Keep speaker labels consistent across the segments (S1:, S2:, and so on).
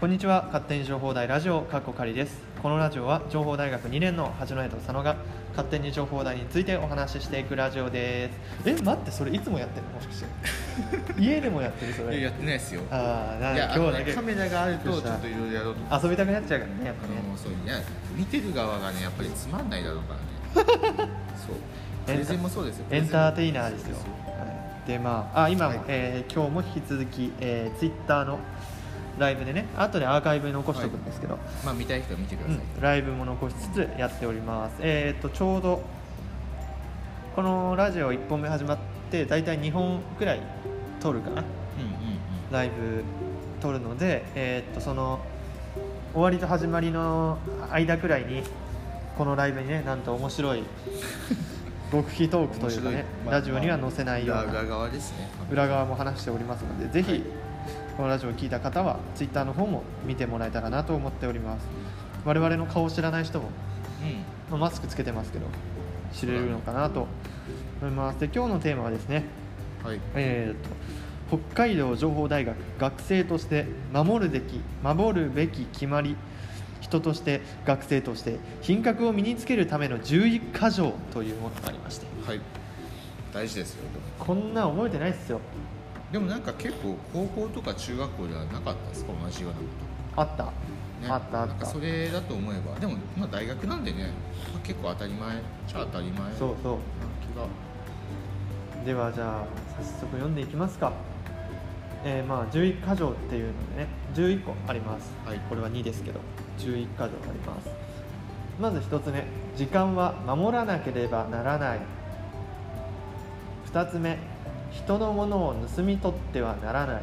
S1: こんにちは勝手に情報大ラジオかっこかりですこのラジオは情報大学2年の八戸と佐野が勝手に情報大についてお話ししていくラジオですえ待ってそれいつもやってるのもしかして 家でもやってるそ
S2: いやや
S1: れ
S2: ってないですよい
S1: ああなん
S2: や
S1: か
S2: あ
S1: 今日
S2: の
S1: だ
S2: ね
S1: け
S2: カメラがあるとちょっといろいろやろうと思って
S1: 遊びたくなっちゃうからねやっぱ
S2: あ
S1: ね
S2: のそういや見てる側がねやっぱりつまんないだろう からねそうプ
S1: エンタ
S2: レゼンもそうですよ
S1: エンターテイナーですよ
S2: そうそう。
S1: はいでまあ、あ今も、
S2: はい
S1: えー今日も引き続き、えー、ツイッターのライブでね後でアーカイブに残しておくんですけど、
S2: そうまあ見たい人は見てくだ
S1: う
S2: さい、
S1: ん、ライブも残しつつやっております、えー、とちょうどこのラジオ1本目始まって大体2本くらい撮るかな
S2: うんうんうん
S1: ライブ撮るので、えー、とその終わりと始まりの間くらいにこのライブにねなんと面 白い極秘トークというかね、
S2: まあ
S1: ラジオには載せないような、
S2: まあ裏裏側ですね
S1: 裏側も話しておりますのでぜひ、
S2: はい
S1: このラジオを聞いた方はツイッターの方も見てもらえたらなと思っております我々の顔を知らない人も
S2: う
S1: まあマスクつけてますけど知れるのかなと思いますで今日のテーマはですね、
S2: んはい
S1: えーと北海道情報大学学生として守るべき守るべき決まり人として学生として品格を身につけるための11箇条というものがありまして
S2: はい大事ですよでも
S1: こんな覚えてないですよ
S2: でもなんか結構高校とか中学校ではなかったですか同じような
S1: あ
S2: こ
S1: った、
S2: と、ね、
S1: あったあっ
S2: なん
S1: た
S2: かそれだと思えばでもまあ大学なんでね、まあ結構当たり前っちゃ当たり前
S1: そうそう
S2: な気が
S1: ではじゃあ早速読んでいきますか、えーまあ11箇条っていうのでね11個あります、
S2: はい
S1: これは2ですけど11箇条ありますまず1つ目時間は守らなければならない2つ目人のものを盗み取ってはならない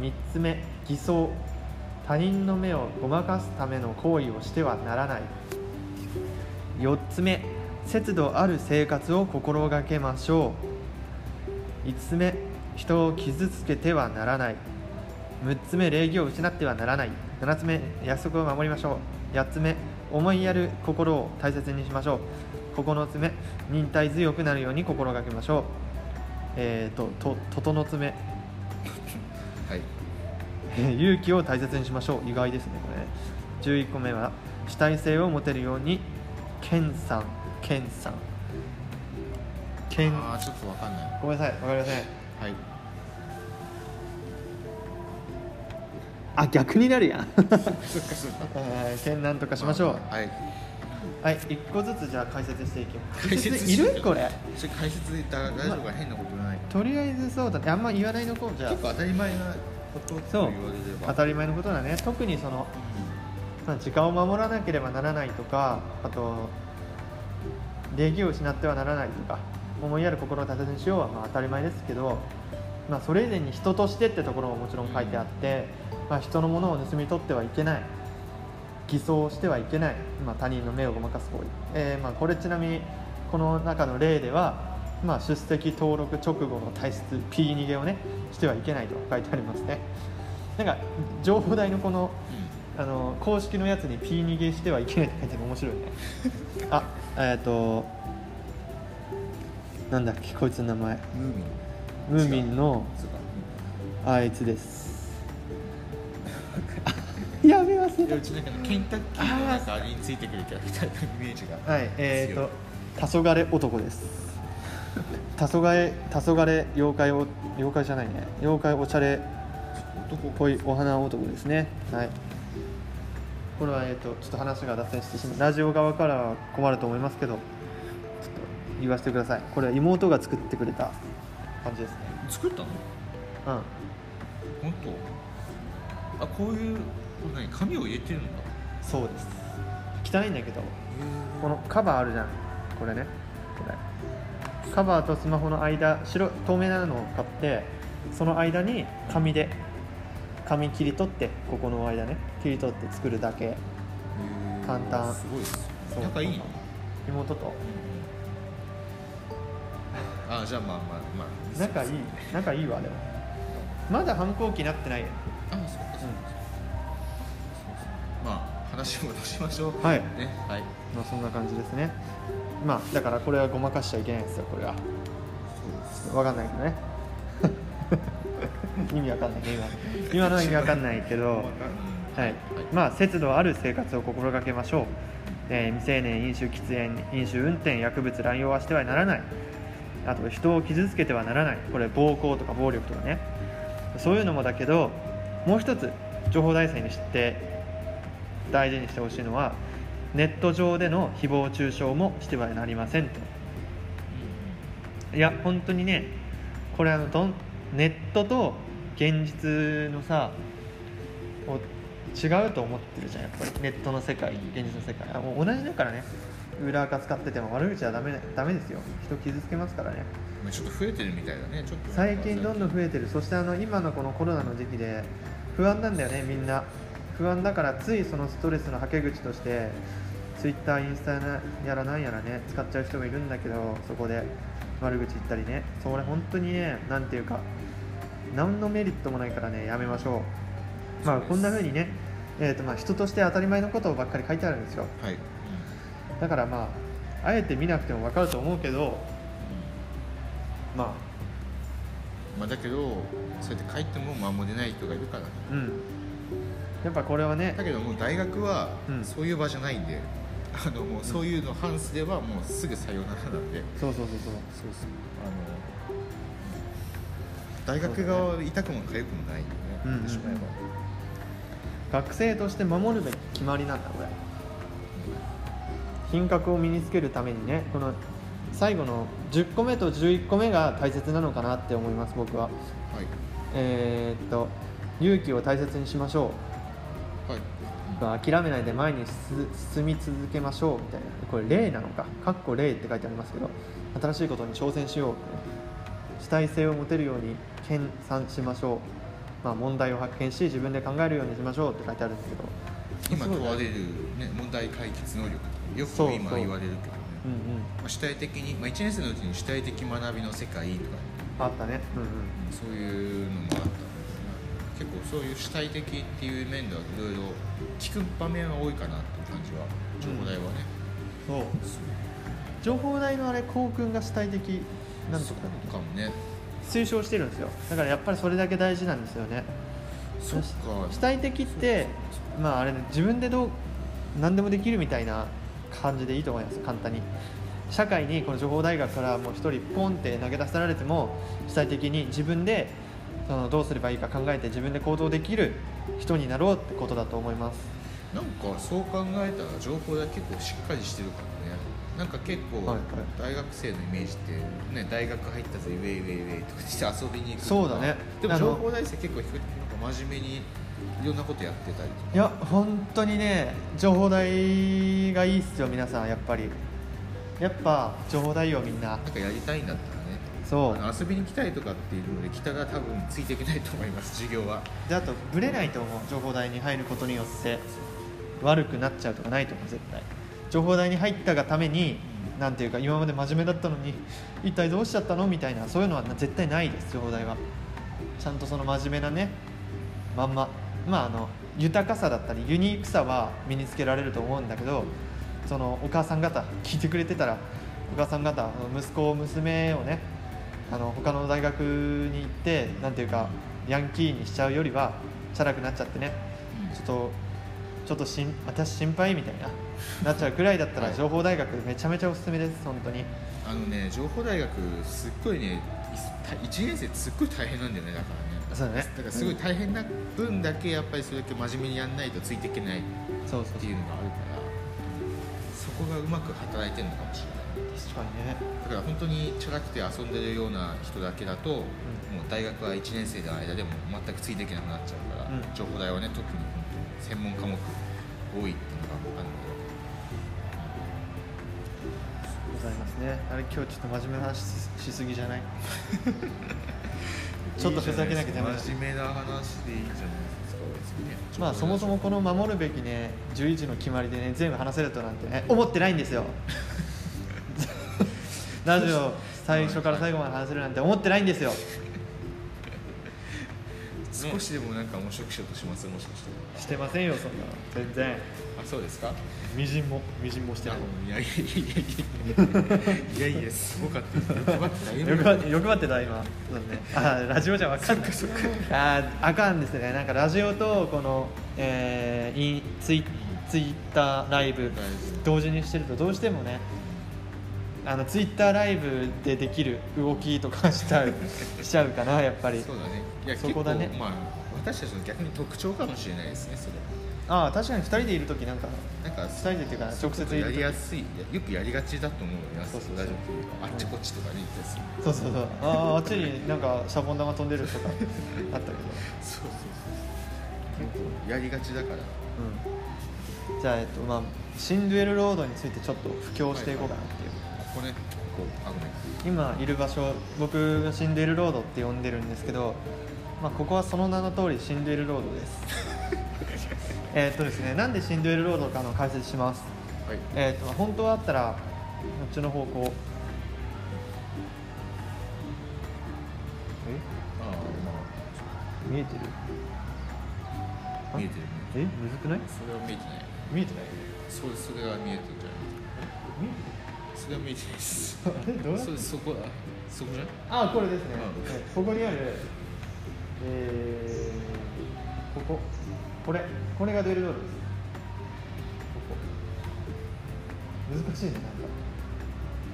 S1: 3つ目偽装他人の目をごまかすための行為をしてはならない4つ目節度ある生活を心がけましょう5つ目人を傷つけてはならない6つ目礼儀を失ってはならない7つ目約束を守りましょう8つ目思いやる心を大切にしましょう9つ目忍耐強くなるように心がけましょうえー、とと9つ目
S2: はい
S1: えー 勇気を大切にしましょう意外ですねこれ11個目は主体性を持てるように研さん研さん研
S2: ああちょっとわかんない
S1: ごめんなさいわかりません
S2: はい
S1: あ逆になるやん えー研なんとかしましょう
S2: はい
S1: はい1個ずつじゃあ解説していきます
S2: 解説
S1: いるこれ
S2: それ解説で大丈夫か変なこと言わない
S1: とりあえずそうだねあんま言わないのこうじゃあ
S2: 結構当たり前なことと言
S1: そう
S2: われれば
S1: 当たり前のことだね特にそのまあ時間を守らなければならないとかあと礼儀を失ってはならないとか思いやる心を大切にしようはまあ当たり前ですけど、まあ、それ以前に人としてってところももちろん書いてあって、まあ、人のものを盗み取ってはいけない偽装してはいけない、まあ、他人の目をごまかす行為、えーまあ、これちなみにこの中の例では、まあ、出席登録直後の体質 P 逃げをねしてはいけないと書いてありますねなんか情報台のこのあの公式のやつに P 逃げしてはいけないって書いてある面白いねあえっ、となんだっけこいつの名前
S2: うんムーミン
S1: ムーミンの
S2: そうか
S1: あいつです やめ忘
S2: いや
S1: れ
S2: うちなんかねケンタッキーのなんかあれについてくるキャラクターのイメージが
S1: たはいえっ、ー、
S2: 強
S1: と黄昏男です黄昏黄昏妖怪を妖怪じゃないね妖怪おしゃれ
S2: 男
S1: ぽいお花男ですねはいこれはえっ、とちょっと話が脱線してしまうラジオ側からは困ると思いますけどちょっと言わせてくださいこれは妹が作ってくれた感じですね
S2: 作ったの
S1: うん
S2: 本当あこういうこれ何紙を入れてるんだ
S1: そうです汚いんだけどこのカバーあるじゃんこれねこれカバーとスマホの間白透明なのを買ってその間に紙で紙切り取ってここの間ね切り取って作るだけ
S2: へー
S1: 簡単
S2: すごいっす
S1: そう
S2: ね仲いいの
S1: 妹と
S2: あじゃあまあまあまあ
S1: 仲いい
S2: そう
S1: 仲いいわでもまだ反抗期なってないよ
S2: あそうかそうかそうかまあ話を戻しましょう
S1: はい
S2: ねはい
S1: まあそんな感じですねまあだからこれはごまかしちゃいけないんですよこれは
S2: そうです
S1: わかんないけどね 意味わかんないね今今のは意味わかんないけ どはい、まあ節度ある生活を心がけましょう、えー未成年飲酒喫煙飲酒運転薬物乱用はしてはならないあと人を傷つけてはならないこれ暴行とか暴力とかねそういうのもだけどもう一つ情報大生に知って大事にしてほしいのはネット上での誹謗中傷もしてはなりませんといや本当にねこれあのどんネットと現実のさを違うと思ってるじゃんやっぱりネットの世界現実の世界あもう同じだからね裏垢使ってても悪口はダメダメですよ人傷つけますからね
S2: まあちょっと増えてるみたいだねちょっと
S1: 最近どんどん増
S2: え
S1: えてるそしてあの今のこのコロナの時期で不安なんだよねみんな不安だからついそのストレスのはけ口としてツイッターインスタやらなんやらね使っちゃう人もいるんだけどそこで悪口言ったりねそれ本当にねなんていうか何のメリットもないからねやめましょうまあこんな風にね、えーとまあ、人として当たり前のことばっかり書いてあるんですよ
S2: はい、うん
S1: だからまああえて見なくても分かると思うけどま
S2: まあ、だけどそうやって書いても守れない人がいるからね
S1: あうんやっぱこれはね
S2: だけどもう大学は
S1: うん
S2: そういう場じゃないんで、あのもうそういうの反すればもうすぐさようならなんで
S1: そうそうそうそう
S2: そうそうあの大学側は痛くもかゆくもないよね
S1: うん
S2: 言ってしまえば、
S1: 学生として守るべき決まりなんだこれ品格を身につけるためにねこの最後の10個目と11個目が大切なのかなって思います僕は
S2: はい
S1: えーっと勇気を大切にしましょ
S2: はい、
S1: う諦めないで前にす進み続けましょうみたいなこれ「例」なのか「かっこ例」って書いてありますけど新しいことに挑戦しようってね主体性を持てるように研鑽しましょう、まあ、問題を発見し自分で考えるようにしましょうって書いてあるんですけど
S2: 今
S1: そうだ
S2: 問
S1: ね
S2: われる、ね、問題解決能力ってよ
S1: そう
S2: く今
S1: そう
S2: 言われるけどね
S1: うんうん
S2: まあ、主体的に、まあ、1年生のうちに主体的学びの世界とか、
S1: あったねうんうん
S2: うんそういうのもあったので結構そういう主体的っていう面ではいろいろ聞く場面は多いかなっていう感じは情報代はね、
S1: そう情報大のあれ校訓が主体的なんと
S2: そ
S1: か
S2: うかもね
S1: 推奨してるんですよだからやっぱりそれだけ大事なんですよね
S2: そっか
S1: 主体的ってまああれね自分でどう何でもできるみたいな感じでいいと思います簡単に社会にこの情報大学からもう一人ポンって投げ出されても主体的に自分でそのどうすればいいか考えて自分で行動できる人になろうってことだと思います
S2: なんかそう考えたら情報代結構しっかりしてるからねなんか結構
S1: はいはい
S2: 大学生のイメージって、ね、大学入ったぜウェイウェイウェイとかして遊びに行くとか
S1: そうだね
S2: で
S1: あの
S2: も情報大生結構低いなんか真面目にいろんなことやってたりとか
S1: いや本当にね情報代がいいっすよ皆さんやっぱりやっぱ情報代よみんな
S2: なんかやりたいんだったらね
S1: そう
S2: あの遊びに来たいとかっていうので北が多分ついていけないと思います 授業は
S1: であとブレないと思う情報代に入ることによって悪くなっちゃうとかないと思う絶対情報代に入ったがためになんていうか今まで真面目だったのに一体どうしちゃったのみたいなそういうのは絶対ないです情報代はちゃんとその真面目なねまんままああの豊かさだったりユニークさは身につけられると思うんだけどそのお母さん方聞いてくれてたらお母さん方あの息子娘をねあの他の大学に行ってなんていうかヤンキーにしちゃうよりはチャラくなっちゃってねちょっとちょっとしん私心配みたい ななっちゃうくらいだったら
S2: はい
S1: 情報大学めちゃめちゃおすすめです本当に
S2: あのね情報大学すっごいね1年生すっごい大変なんだよねだからね
S1: そうだね
S2: だからすごい大変な分だけやっぱりそれだけ真面目にやんないとついていけないっ
S1: そうそう
S2: て
S1: そう
S2: いうのがあるからそこがうまく働いてるのかもしれない
S1: 確かにね
S2: だから本当にチャラくて遊んでるような人だけだと、もう大学は1年生の間でも全くついていけなくなっちゃうから、
S1: うん
S2: 情報代はね特に本当専門科目多いっていうのがあるの
S1: ございますねあれ今日ちょっと真面目な話ししすぎじゃ ない
S2: で
S1: ちょっとふざけなきゃダメだ
S2: 真面目な話でいいんじゃないですか別にね
S1: まあそもそもこの守るべきね11の決まりでね全部話せるとなんてね思ってないん ですよラジオ最初から最後まで話せるなんて思ってないんですよ
S2: 少しでもなんか面白くしようとしますもしかして
S1: してませんよそんな全然
S2: あそうですか
S1: みじんもみじんもし
S2: い
S1: て
S2: や
S1: ない
S2: いやいやいやいやいやいやいやすごかったですよくわってない
S1: 欲張って欲張ってた今そうねあーラジオじゃわかんないあーあかんですねなんかラジオとこの、えー、インツイツイッターライブ同時にしてるとどうしてもねあのツイッターライブでできる動きとかしち ゃうしちゃうかなやっぱり
S2: そうだねいや
S1: そこだね
S2: 結構まあ私たちの逆に特徴かもしれないですねそれ
S1: ああ確かに2人でいる時なんか
S2: なんか
S1: 二人でっていうか直接いる
S2: や
S1: 時
S2: りやすいいやよくやりがちだと思うよ皆さ
S1: そ
S2: ん
S1: うそうそう
S2: ラジオっていうかあっちこっちとかね行ったりする
S1: そうそうそうあああっちになんかシャボン玉飛んでるとかあったけど
S2: そうそうそう結構やりがちだから
S1: うんじゃあ、えっとまあ、新デュエルロードについてちょっと布教していこうかなっていう、
S2: ここねこうあごめん
S1: 今いる場所僕がシンデレルロードって呼んでるんですけど、まあ、ここはその名の通りシンデレルロードです えーっとですねなんでシンデレルロードかの解説します
S2: はい
S1: えーっと本当だったらこっちの方向
S2: ああ
S1: え見えてる
S2: まあ見えてるね
S1: えむずくない
S2: それは見えてない
S1: 見えてない
S2: それそれが見えてるんじゃ
S1: 見
S2: ないそれは見えてないです
S1: えてる あれどうやっ
S2: それそこだそこじゃない
S1: あこれですね、
S2: うん
S1: はいここにあるえー、こここれこれがデルドールですここ難しいねなんか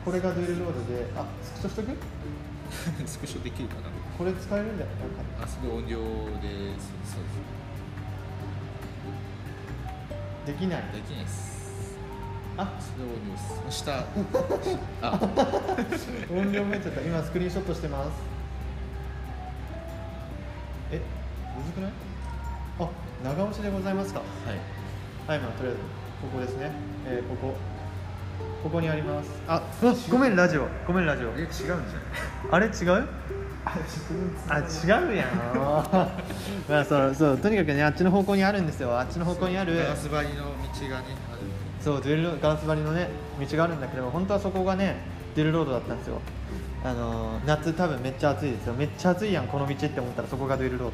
S1: これがデルドールであスクショしとく
S2: スクショできるかな
S1: これ使えるんじゃないなんか
S2: あそこ音量でそうそう
S1: できない
S2: できないです
S1: あ
S2: それ音量です下あ
S1: 音量めっちゃった今スクリーンショットしてますえむずくないあ長押しでございますか
S2: はい
S1: はい、まあ、とりあえず、ここですね。えー、ここ。ここにあります。あ、ごめん、ラジオ。ごめん、ラジオ
S2: あ。れ違うんじゃない
S1: あれ、違う。あ、違うやん。 まあ、そう、そう、とにかくね、あっちの方向にあるんですよ。あっちの方向にある。
S2: ガラス張りの道がねある
S1: そう、デュエルロードガラス張りのね、道があるんだけど、本当はそこがね、デュエルロードだったんですよ。あのー夏多分めっちゃ暑いですよめっちゃ暑いやんこの道って思ったらそこがデュエルロー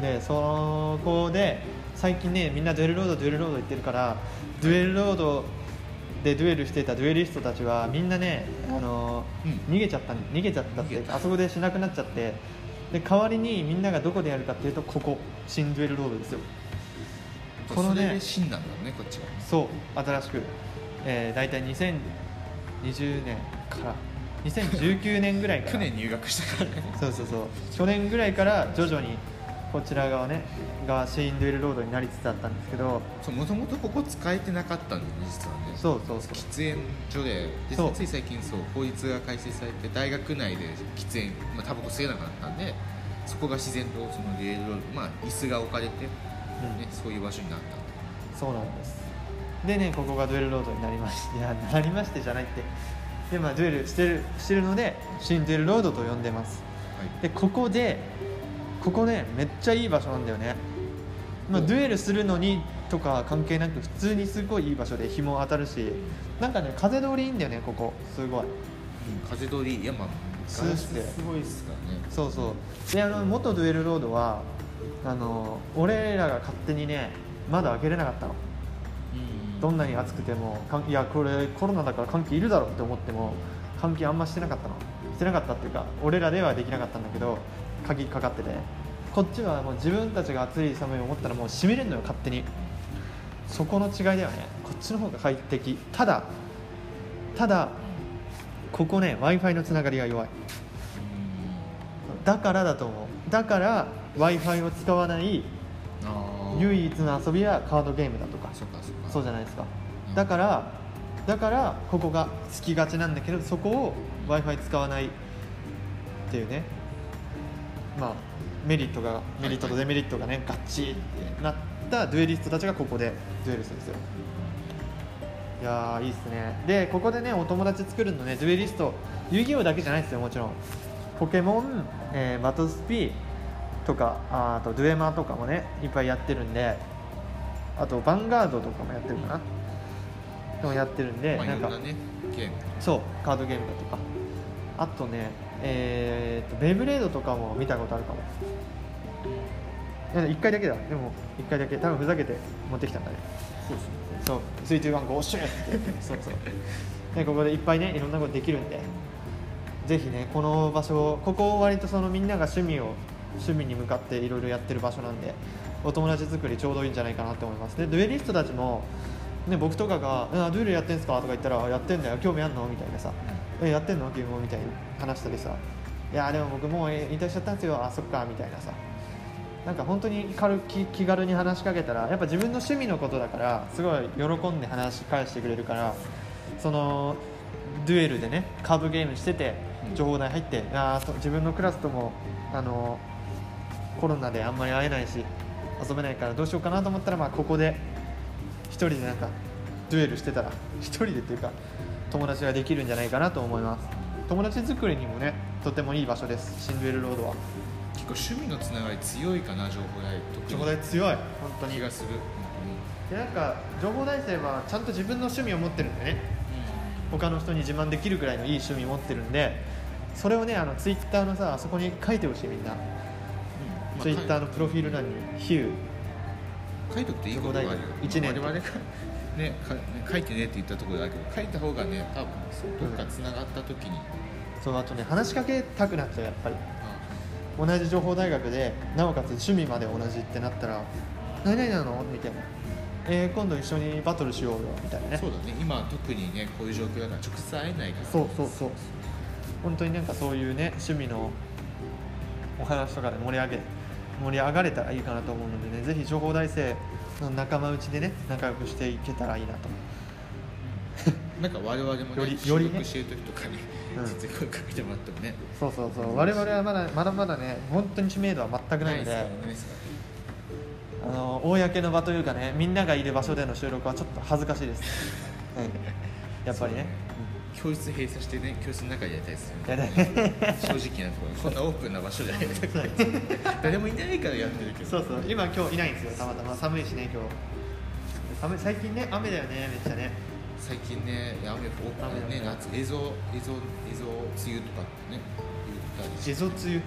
S1: ドでそこで最近ねみんなデュエルロードデュエルロード言ってるからデュエルロードでデュエルしてたデュエリストたちはみんなね、あのー
S2: うん
S1: 逃げちゃった逃げちゃったって
S2: 逃
S1: いう
S2: げ
S1: か
S2: た
S1: あそこでしなくなっちゃってで代わりにみんながどこでやるかっていうとここ新デュエルロードですよこのね
S2: それで死んだんだろうねこっちが
S1: そう新しく、えー、大体2020年から2019年ぐらい から
S2: 去年入学したからね
S1: そうそうそう去年ぐらいから徐々にこちら側ねがシーンデュエルロードになりつつあったんですけど
S2: そうもともとここ使えてなかったんで実はね
S1: そうそうそう
S2: 喫煙所でで
S1: そう
S2: つい最近そう法律が改正されて大学内で喫煙、まあ、タバコ吸えなくなったんでそこが自然とそのレールロールまあ椅子が置かれて、ね
S1: うん
S2: そういう場所になった
S1: そうなんですでねここがデュエルロードになりましていや なりましてじゃないってでまあデュエルしてるしてるのでシーンデュエルロードと呼んでます
S2: はい
S1: でここでここねめっちゃいい場所なんだよね、まあ、
S2: お
S1: デュエルするのにとか関係なく普通にすごいいい場所で日も当たるしなんかね風通りいいんだよねここすごい
S2: 風通りいやまあ
S1: 涼しくて
S2: ガラスすごいですからね
S1: そうそうであの元デュエルロードはあの俺らが勝手にね窓開けれなかったの
S2: うん
S1: どんなに暑くてもかんいやこれコロナだから換気いるだろうって思っても換気あんましてなかったのしてなかったっていうか俺らではできなかったんだけど鍵かかっててこっちはもう自分たちが暑い寒い思ったらもう閉めれるのよ勝手にそこの違いだよねこっちの方が快適ただただここね w i f i のつながりが弱いだからだと思うだから w i f i を使わない
S2: うんあー
S1: 唯一の遊びはカードゲームだとか
S2: そっかそっか
S1: そうじ
S2: ゃ
S1: ゃないですか
S2: うん
S1: だからだからここがつきがちなんだけどそこを w i f i 使わないっていうねまあメリットがメリットとデメリットがねガッチってなったデュエリストたちがここでデュエルするんですよいやーいいっすねでここでねお友達作るのねデュエリスト遊戯王だけじゃないですよもちろんポケモン、えーバトスピとかあーあとデュエマーとかもねいっぱいやってるんであとヴァンガードとかもやってるかなでもやってるんで、
S2: まあ、い
S1: な
S2: ろ
S1: ん
S2: ん
S1: か
S2: なねゲーム
S1: そうカードゲームだとかあとねえーっとベイブレードとかも見たことあるかもや1回だけだでも1回だけ多分ふざけて持ってきたんだね
S2: そうですね
S1: そう水中番号おしゅってやってそうそうでここでいっぱいねいろんなことできるんでぜひねこの場所ここ割とそのみんなが趣味を趣味に向かっていろいろやってる場所なんでお友達作りちょうどいいんじゃないかなと思いますでデュエリストたちも、ね、僕とかが「あデュエルやってんすか?」とか言ったらあ「やってんだよ興味あんの?」みたいなさえやってんのゲームみたいに話したりさ「いやでも僕もう引退しちゃったんですよあそっか」みたいなさなんか本当に軽く気気軽に話しかけたらやっぱ自分の趣味のことだからすごい喜んで話し返してくれるからそのデュエルでねカーブゲームしてて
S2: うん
S1: 情報台入って、あーと自分のクラスともあのコロナであんまり会えないし遊べないからどうしようかなと思ったら、まあ、ここで一人でなんかデュエルしてたら一人でっていうか友達ができるんじゃないかなと思います友達作りにもねとてもいい場所ですシンデレルロードは
S2: 結構趣味のつながり強いかな情報大特
S1: 情
S2: に
S1: 報台強い本当に
S2: 気がする本
S1: でなんか情報大生はちゃんと自分の趣味を持ってるんでね
S2: 当に
S1: 他の人に自慢できるくらいのいい趣味持ってるんでそれをねあのツイッターのさあそこに書いてほしいみんな、
S2: うん
S1: ツイッターのプロフィール
S2: な
S1: 欄に「ヒュー
S2: 書いとくといいことがあるよ
S1: 一年
S2: 我々がねかね書いてねって言ったところだけど書いた方がね多分そうどっかつながった時に、」
S1: そうあとね話しかけたくなっちゃうやっぱり
S2: あ
S1: 同じ情報大学でなおかつ趣味まで同じってなったら「何々なの?」みたいな「えー今度一緒にバトルしようよ」みたいなね
S2: そうだね今特にねこういう状況だから直接会えないから
S1: そうそうそう本当になんかそういうね趣味のお話とかで盛り上げ盛り上がれたらいいかなと思うのでねぜひ情報大生の仲間内でね仲良くしていけたらいいなと
S2: なんか我々もね
S1: より
S2: 収
S1: よりね
S2: 録してる時とかに
S1: うん
S2: 全然声かけてもらってもね
S1: そうそうそう我々はまだまだまだね本当に知名度は全くないので
S2: ですからないですから
S1: あの公の場というかねみんながいる場所での収録はちょっと恥ずかしいです、うん、やっぱりね
S2: 教室閉鎖してね教室の中でやりたいですよね
S1: やりたい
S2: 正直なところこんなオープンな場所でやりたくないですよね 誰もいないからやってるけど
S1: そうそう今今日いないんですよたまたま寒いしね今日寒い最近ね雨だよねめっちゃね
S2: 最近ね雨多くてね夏映像映像映像梅雨とかってね言ったりし
S1: 地
S2: て
S1: 蔵梅雨
S2: そうそう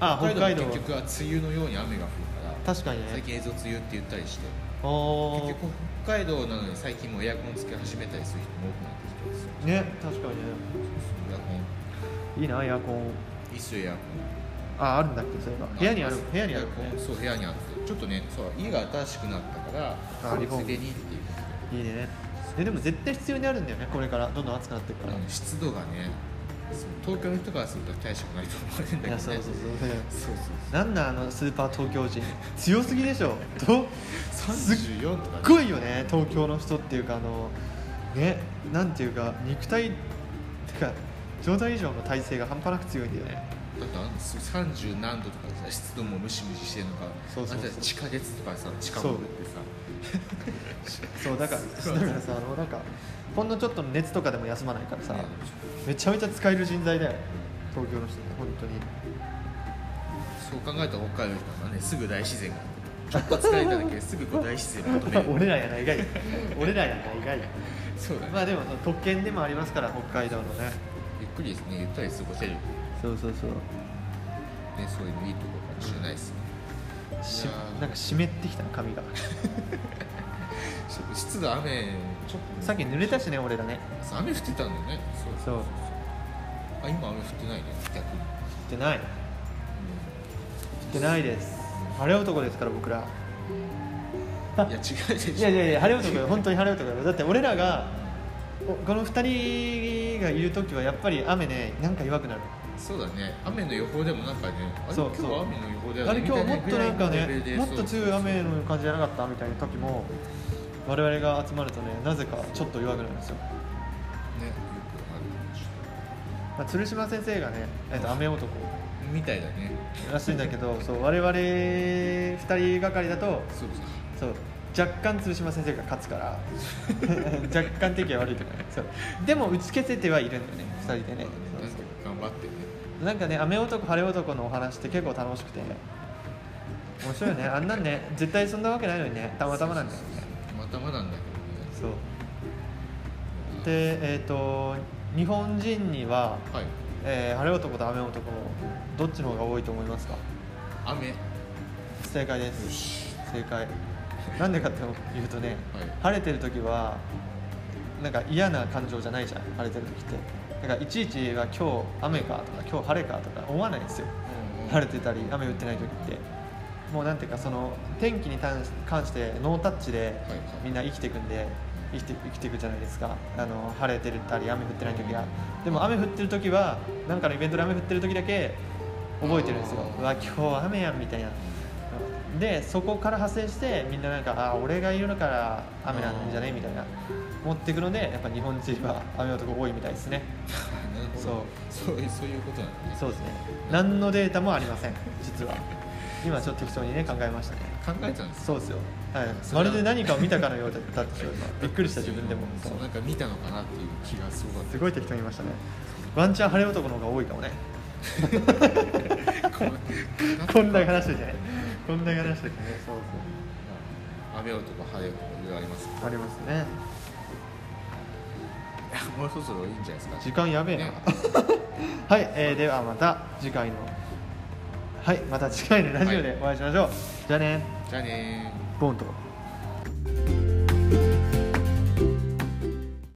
S1: あ北海道
S2: も結局は梅雨のように雨が降るから
S1: 確かに
S2: 最
S1: ね
S2: 近映像梅雨って言ったりして
S1: お
S2: 結
S1: ー
S2: 局北海道なのに最近もうエアコンつけ始めたりする人も多くなってきて
S1: ね
S2: ますよ
S1: 確かにね
S2: エア
S1: い
S2: コ
S1: いなエアコン
S2: ンいいっすよエアコン
S1: ああるんだっけそういえば部屋にある部屋にある
S2: エアコンそう部屋にあってちょっとねそう家が新しくなったから
S1: あリフォーム
S2: ついでにっ
S1: い
S2: ていう
S1: いねえでも絶対必要になるんだよねこれからどんどん暑くなっていく
S2: あ
S1: から、
S2: の湿度がねそう東京の人からすると大したことないと思うんだ
S1: い
S2: けど
S1: や
S2: ね
S1: そうそうそう
S2: そうそう
S1: なんなんあのスーパー東京人強すぎでしょとすっ
S2: 34とかね
S1: ごいよね東京の人っていうかあのねなんていうか肉体てか状態以上の体勢が半端なく強いんだよね
S2: だってあのそう30何度とかでさ湿度もムシムシしてるのか
S1: そうそうそう
S2: あんた地下鉄とかさ地下もってさ
S1: そうだからだからさあのなんかほんのちょっとの熱とかでも休まないからさ、
S2: ね
S1: めちゃめちゃ使える人材だよ東京の人って本当に
S2: そう考えたら北海道の人はねすぐ大自然がちょっと疲れただけですぐこう大自然を求め る
S1: 俺らやないがい俺らやないがい
S2: そうだね
S1: まあでもその特権でもありますから北海道のね
S2: ゆっくりですねゆったり過ごせるね
S1: そうそうそう
S2: そういうのいいところかもしれないですね
S1: し
S2: いやー
S1: なんか湿ってきた髪 が
S2: ちょっと湿度雨ちょっと
S1: さっき濡れたしね俺らね
S2: そう雨降ってたんだよねそう
S1: そう降
S2: あ今雨降ってないね逆に、
S1: ってない降ってないです晴れ男ですから僕ら
S2: うん、いや違うでしょ
S1: いやいやいや晴れ男よ本当に晴れ男よだって俺らがおこの2人がいる時はやっぱり雨ねなんか弱くなる
S2: そうだね雨の予報でもなんかねあれ
S1: そう
S2: 今日は雨の予報だよね
S1: あれ今日もっとなんか
S2: みたいなレベル
S1: ね
S2: で
S1: もっと強い雨の感じじゃなかったみたいな時も我々が集まるとねなぜかちょっと弱くなるんですよ、
S2: そうねよくわかるちょ
S1: まあ、鶴島先生がね、えっと、雨男
S2: っとみたいだね
S1: らしいんだけ どそう我々2人がかりだと
S2: そう
S1: そ
S2: そう
S1: う若干鶴島先生が勝つから 若干敵は悪いとかねそうでも打ち消せてはいるんだよね2人でね
S2: ま
S1: そう
S2: あなんか頑張ってね
S1: なんかね雨男晴れ男のお話って結構楽しくて面白い よねあんなんね絶対そんなわけないのにねたまたまなんだよね
S2: たまたまなんだけ
S1: そう
S2: どね
S1: でえっ、と日本人には、
S2: はい
S1: えー晴れ男と雨男どっちの方が多いと思いますか
S2: 雨
S1: 正解で
S2: よ
S1: す
S2: し
S1: 正解なんでかって言うとね、
S2: はい
S1: 晴れてる時はなんか嫌な感情じゃないじゃん晴れてる時ってだからいちいちは今日雨かとか今日晴れかとか思わないんですよ晴れてたり雨降ってない時ってもうなんていうかその天気に関し関してノータッチで
S2: はい
S1: みんな生きていくんで生きて生きていくじゃないですかあの晴れてるたり雨降ってない時はでも雨降ってる時はなんかのイベントで雨降ってる時だけ覚えてるんですよ
S2: あー
S1: うわ今日雨やんみたいなでそこから派生してみんななんかあー俺がいるから雨なんじゃねみたいな持ってくのでやっぱ日本人は雨男多いみたいですね
S2: なるほどそうそうそういうことなんだね
S1: そうですね何のデータもありません実は今ちょっと適当にね考えましたね
S2: 考えたんです
S1: そうですよ、はい、
S2: それ
S1: まる
S2: は
S1: で何かを見たかのようだったでしょう今びっくりした自分でも
S2: そ
S1: そうう
S2: なんか見たのかなっていう気がすごかった
S1: すごい適当に言いましたねワンチャン晴れ男の方が多いかもね
S2: こん
S1: こんな話でねこんな話でねそうそ
S2: 雨男晴れ男いろいろあります
S1: うありますね
S2: もうそろそろいいんじゃないですか
S1: 時間やべえな、
S2: ね
S1: はい、えーではまた次回のはいまた次回のラジオでお会いしましょう、じゃあね
S2: じゃあねー
S1: ボンと